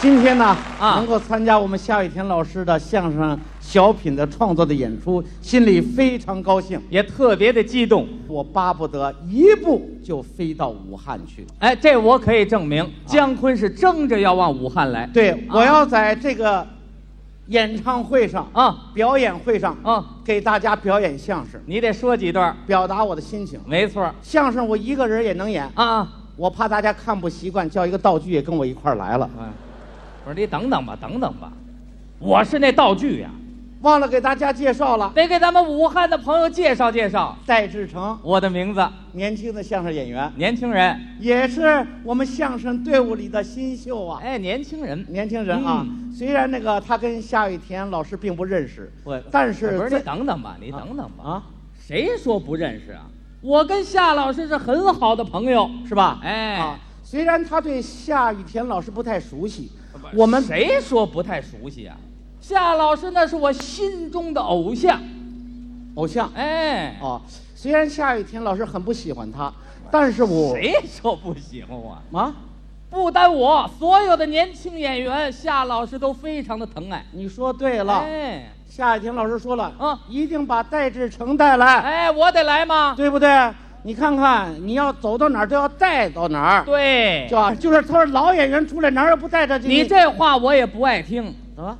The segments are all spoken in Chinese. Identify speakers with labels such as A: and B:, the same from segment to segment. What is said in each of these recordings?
A: 今天呢，
B: 啊
A: 能够参加我们夏雨田老师的相声小品的创作的演出，心里非常高兴。
B: 也特别的激动。
A: 我巴不得一步就飞到武汉去。
B: 哎，这我可以证明，姜昆是争着要往武汉来。
A: 对，我要在这个演唱会上
B: 啊，
A: 表演会上
B: 啊，
A: 给大家表演相声，
B: 你得说几段儿，
A: 表达我的心情。
B: 没错儿
A: 相声我一个人也能演，
B: 啊。
A: 我怕大家看不习惯，叫一个道具也跟我一块儿来了。
B: 哎我说你等等吧，等等吧，我是那道具呀、
A: 忘了给大家介绍了，
B: 得给咱们武汉的朋友介绍介绍
A: 戴志诚，
B: 我的名字，
A: 年轻的相声演员，
B: 年轻人，
A: 也是我们相声队伍里的新秀啊。
B: 哎，年轻人，
A: 年轻人啊，
B: 嗯
A: 虽然那个他跟夏雨田老师并不认识，
B: 我
A: 但是
B: 不是
A: 在
B: 你等等吧，你等等吧，
A: 啊，
B: 谁说不认识啊？我跟夏老师是很好的朋友，
A: 是吧？
B: 哎
A: 啊，虽然他对夏雨田老师不太熟悉，
B: 不
A: 我们
B: 谁说不太熟悉啊？夏老师那是我心中的偶像，
A: 偶像
B: 哎，
A: 啊，虽然夏雨田老师很不喜欢他，但是我
B: 谁说不喜欢我？
A: 啊，
B: 不单我，所有的年轻演员，夏老师都非常的疼爱。
A: 你说对了，
B: 哎，
A: 夏雨田老师说了，
B: 嗯
A: 一定把戴志诚带来，
B: 哎，我得来吗？
A: 对不对？你看看，你要走到哪儿都要带到哪儿，
B: 对
A: 是，吧？就是他说老演员出来哪儿也不带着
B: 哎你这话我也不爱听。
A: 啊，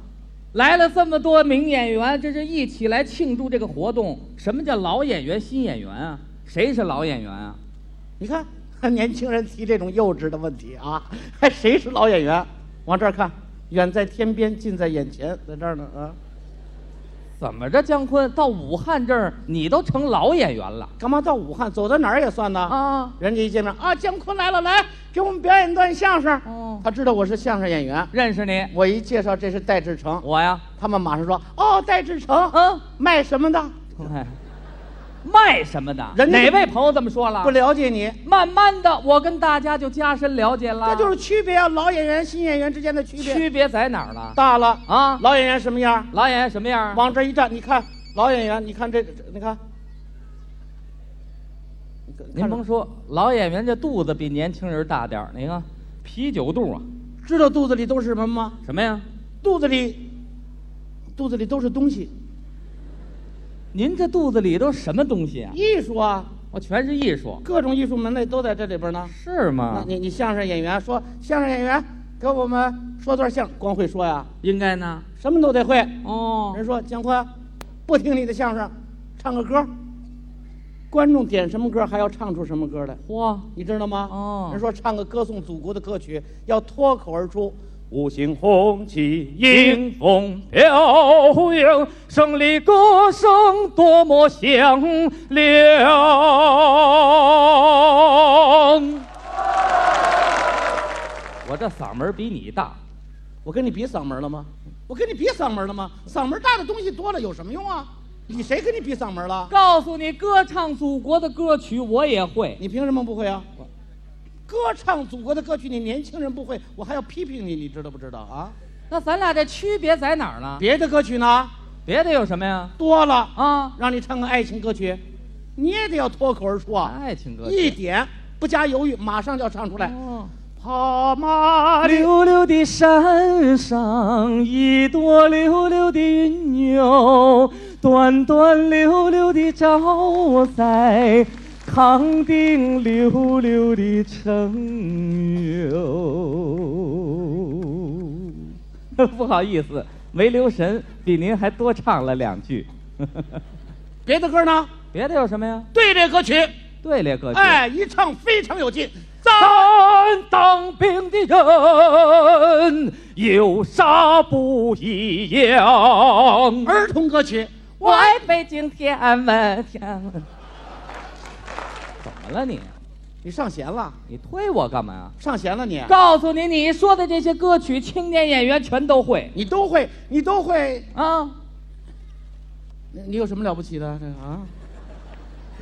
B: 来了这么多名演员，这是一起来庆祝这个活动。什么叫老演员、新演员啊？谁是老演员啊？
A: 你看 年轻人提这种幼稚的问题啊， 还谁是老演员？往这儿看，远在天边，近在眼前，在这儿呢啊。
B: 怎么着，姜昆到武汉这儿，你都成老演员了
A: 干嘛到武汉？走到哪儿也算呢？
B: 啊？
A: 人家一见面啊，姜昆来了，来给我们表演段相声。
B: 哦
A: 他知道我是相声演员，
B: 认识你，
A: 我一介绍这是戴志诚，
B: 我呀，
A: 他们马上说哦，戴志诚，
B: 嗯，
A: 卖什么的？
B: 哎 卖什么的？
A: 人家
B: 哪位朋友这么说了？
A: 不了解你，
B: 慢慢的，我跟大家就加深了解了。
A: 这就是区别啊，老演员、新演员之间的区别。
B: 区别在哪儿了？
A: 大了，
B: 啊，
A: 老演员什么样？
B: 老演员什么样啊？
A: 往这一站，你看老演员，你看这，这你看，你看
B: 您甭说，老演员这肚子比年轻人大点儿。你看，啤酒肚啊，
A: 知道肚子里都是什么吗？
B: 什么呀？
A: 肚子里，肚子里都是东西，
B: 您这肚子里都什么东西啊？
A: 艺术啊，
B: 我全是艺术，
A: 各种艺术门类都在这里边呢。
B: 是
A: 那
B: 吗？
A: 你你相声演员说，相声演员给我们说段相声，光会说呀，
B: 应该呢。
A: 什么都得会。
B: 哦
A: 人，说姜昆，不听你的相声，唱个歌，观众点什么歌还要唱出什么歌来。
B: 嚯，
A: 你知道吗？
B: 哦
A: 人说唱个歌颂祖国的歌曲要脱口而出。五星红旗迎，
B: 风飘扬，胜利歌声多么响亮。我这嗓门儿比你大，
A: 我跟你比嗓门了吗？我跟你比嗓门了吗？嗓门大的东西多了有什么用啊？你谁跟你比嗓门了？
B: 告诉你，歌唱祖国的歌曲我也会。
A: 你凭什么不会啊？歌唱祖国的歌曲，你年轻人不会，我还要批评你，你知道不知道啊？
B: 那咱俩这区别在哪儿呢？
A: 别的歌曲呢，
B: 别的有什么呀？
A: 多了，
B: 啊，
A: 让你唱个爱情歌曲，你也得要脱口而出啊，
B: 爱情歌
A: 一
B: 曲。
A: 点不加犹豫，马上就要唱出来。
B: 哦
A: 跑马溜，
B: 溜溜啊的山上，一朵溜溜的云哟，端端溜溜的照在康定溜溜的城哟。 不好意思，没留神，比您还多唱了两句。
A: 别的歌呢？
B: 别的有什么呀？
A: 对这歌曲，
B: 对列歌曲。
A: 哎，一唱非常有劲。走，
B: 咱当兵的人有啥不一样？
A: 儿童歌曲，
B: 我爱北京天安门，天安门。怎么了你？
A: 你上弦了，
B: 你推我干嘛呀？
A: 上弦了你，
B: 告诉你，你说的这些歌曲，青年演员全都会
A: 你都会，你都会，
B: 啊！
A: 你你有什么了不起的？这啊，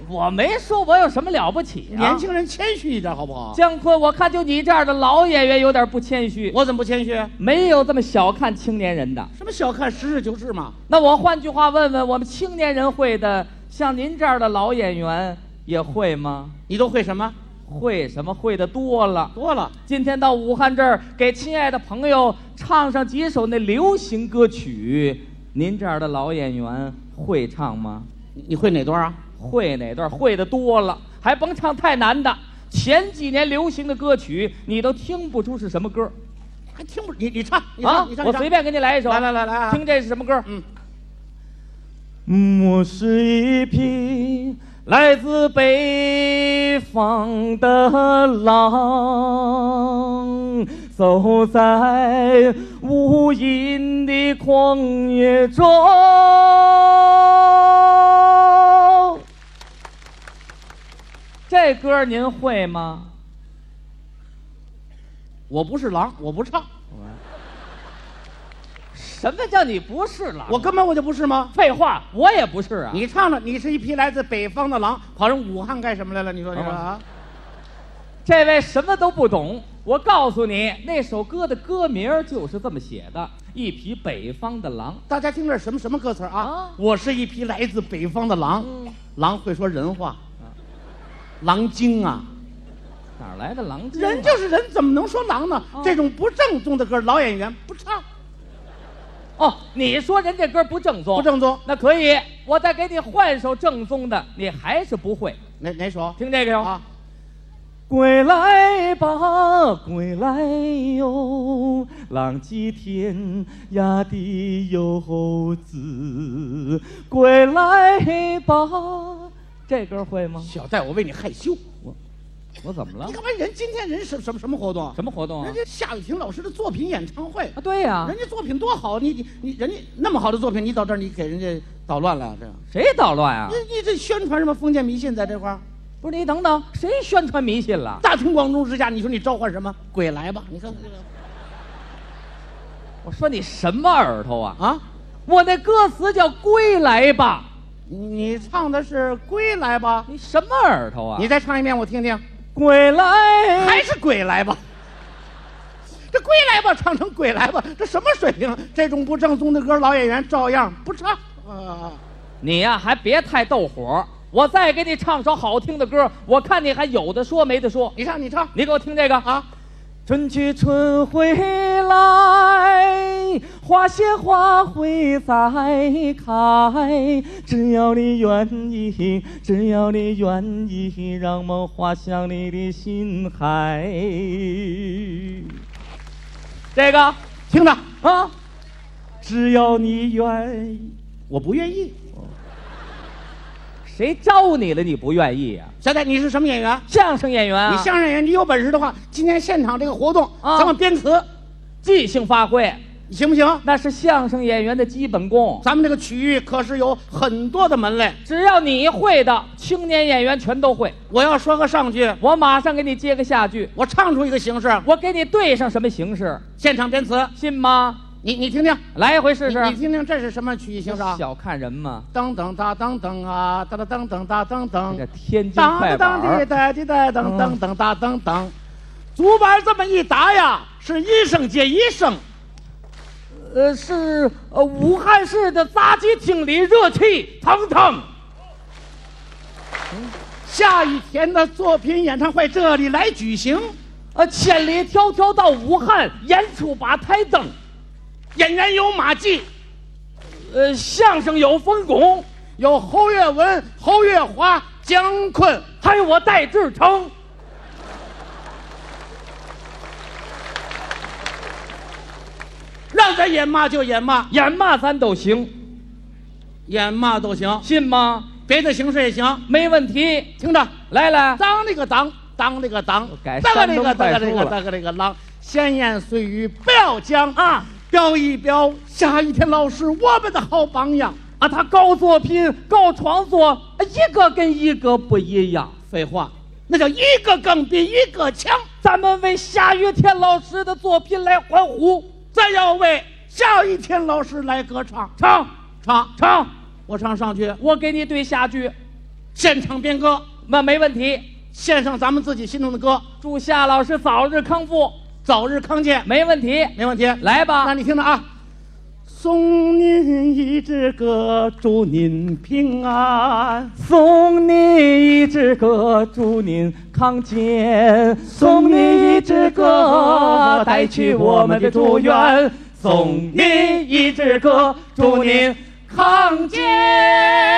B: 我没说我有什么了不起、啊，
A: 年轻人谦虚一点好不好？
B: 姜昆，我看就你这样的老演员有点不谦虚，
A: 我怎么不谦虚？
B: 没有这么小看青年人的。
A: 什么小看实事求是嘛？
B: 那我换句话问问，我们青年人会的，像您这样的老演员也会吗？
A: 你都会什么？
B: 会什么会的多了。
A: 多了，
B: 今天到武汉这儿，给亲爱的朋友唱上几首那流行歌曲。您这样的老演员会唱吗？
A: 你你会哪段啊？
B: 会哪段？会的多了，还甭唱太难的。前几年流行的歌曲，你都听不出是什么歌
A: 还听不？你你唱，你唱，
B: 啊
A: 你！唱，
B: 我
A: 你唱
B: 随。便给你来一首，
A: 来来来来啊
B: 听这是什么歌？
A: 嗯，
B: 我是一匹来自北方的狼，走在无垠的旷野中。这歌您会吗？
A: 我不是狼，我不唱，
B: 什么叫你不是狼？
A: 我根本我就不是吗？
B: 废话，我也不是啊。
A: 你唱了，你是一匹来自北方的狼，跑人武汉干什么来了？你说你说啊？
B: 这位什么都不懂，我告诉你，那首歌的歌名就是这么写的：一匹北方的狼。
A: 大家听这什么什么歌词儿啊
B: 啊？
A: 我是一匹来自北方的狼
B: 嗯，
A: 狼会说人话，狼精啊！
B: 哪儿来的狼精啊？
A: 人就是人，怎么能说狼呢？
B: 哦
A: 这种不正宗的歌，老演员不唱，
B: 哦，你说人这歌不正宗，
A: 不正宗。
B: 那可以，我再给你换首正宗的，你还是不会。
A: 哪哪首？
B: 听这个哟。
A: 啊，
B: 归来吧，归来哟，浪迹天涯的游子，归来吧。这歌会吗？
A: 小戴，我为你害羞。
B: 我怎么了
A: 你？干嘛？人今天人什什么什么活动啊？
B: 什么活动啊
A: 人？家夏雨婷老师的作品演唱会
B: 啊，，对呀、
A: 人家作品多好，你你你人家那么好的作品，你到这儿你给人家捣乱了，这
B: 谁捣乱啊？
A: 你你这宣传什么封建迷信在这块儿？
B: 不是你等等，谁宣传迷信了？
A: 大庭广众之下，你说你召唤什么鬼来吧？你看这个
B: 我说你什么耳朵啊？
A: 啊，
B: 我那歌词叫《归来吧
A: 你你唱的是《归来吧》》，
B: 你什么耳朵啊？
A: 你再唱一遍我听听，
B: 归来
A: 还是鬼来吧？这归来吧唱成鬼来吧，这什么水平？这种不正宗的歌，老演员照样不唱。啊，
B: 你呀、还别太逗火。我再给你唱首好听的歌，我看你还有的说没得说。
A: 你唱，你唱
B: 你给我听这个啊！
A: 啊！
B: 春去春回来，花谢花会再开。只要你愿意，只要你愿意，让梦划向你的心海。这个
A: 听着，
B: 啊，只要你愿意，
A: 我不愿意。
B: 谁招你了？你不愿意呀、
A: 小戴，你是什么演员？
B: 相声演员啊，
A: 你相声演员，你有本事的话，今天现场这个活动，
B: 啊
A: 咱们编词，
B: 即兴发挥，
A: 你行不行？
B: 那是相声演员的基本功。
A: 咱们这个曲艺可是有很多的门类。
B: 只要你会的，青年演员全都会。
A: 我要说个上句，
B: 我马上给你接个下句，
A: 我唱出一个形式，
B: 我给你对上什么形式，
A: 现场编词，
B: 信吗？
A: 你你听听，
B: 来一回试试。
A: 你你听听这是什么曲艺形式啊？
B: 小看人嘛，
A: 噔噔哒噔噔啊，哒哒噔噔哒噔噔
B: 这，天津
A: 当
B: 快
A: 当当
B: 板
A: 滴
B: 儿，
A: 哒滴哒噔噔噔哒噔噔，竹板这么一打呀，是医生接医生，
B: 呃，是呃武汉市的杂技厅里热气腾腾。
A: 下雨天的作品演唱会这里来举行，
B: 呃，千里迢迢到武汉，演出把台登。
A: 演员有马季，
B: 呃，相声有冯巩，
A: 有侯月文、侯月华、姜昆。
B: 还有我戴志诚。
A: 让咱演嘛就演嘛，
B: 演嘛咱都行，
A: 演嘛都行，
B: 信吗？
A: 别的形式也行。
B: 没问题。
A: 听着，
B: 来来，
A: 当那个当，当那个当，
B: 改
A: 当个
B: 山
A: 那个
B: 东
A: 当
B: 快
A: 个
B: 书
A: 那个
B: 了
A: 当个那个啷，闲言碎语不要讲啊，
B: 啊
A: 标一标夏雨天老师我们的好榜样。
B: 啊，他高作品、高创作，啊一个跟一个不一样。
A: 废话，那叫一个更比一个强，
B: 咱们为夏雨天老师的作品来欢呼，
A: 咱要为夏雨天老师来歌唱，
B: 唱
A: 唱，
B: 唱。
A: 我唱上去，
B: 我给你对下句，
A: 现场编歌，
B: 那没问题。
A: 献上咱们自己心中的歌，
B: 祝夏老师早日康复，
A: 早日康健，
B: 没问题。
A: 没问题。
B: 来吧
A: 那，你听着啊，送您一支歌，祝您平安。
B: 送你一支歌，祝您康健；送你一支歌，带去我们的祝愿；送你一支歌，祝您康健。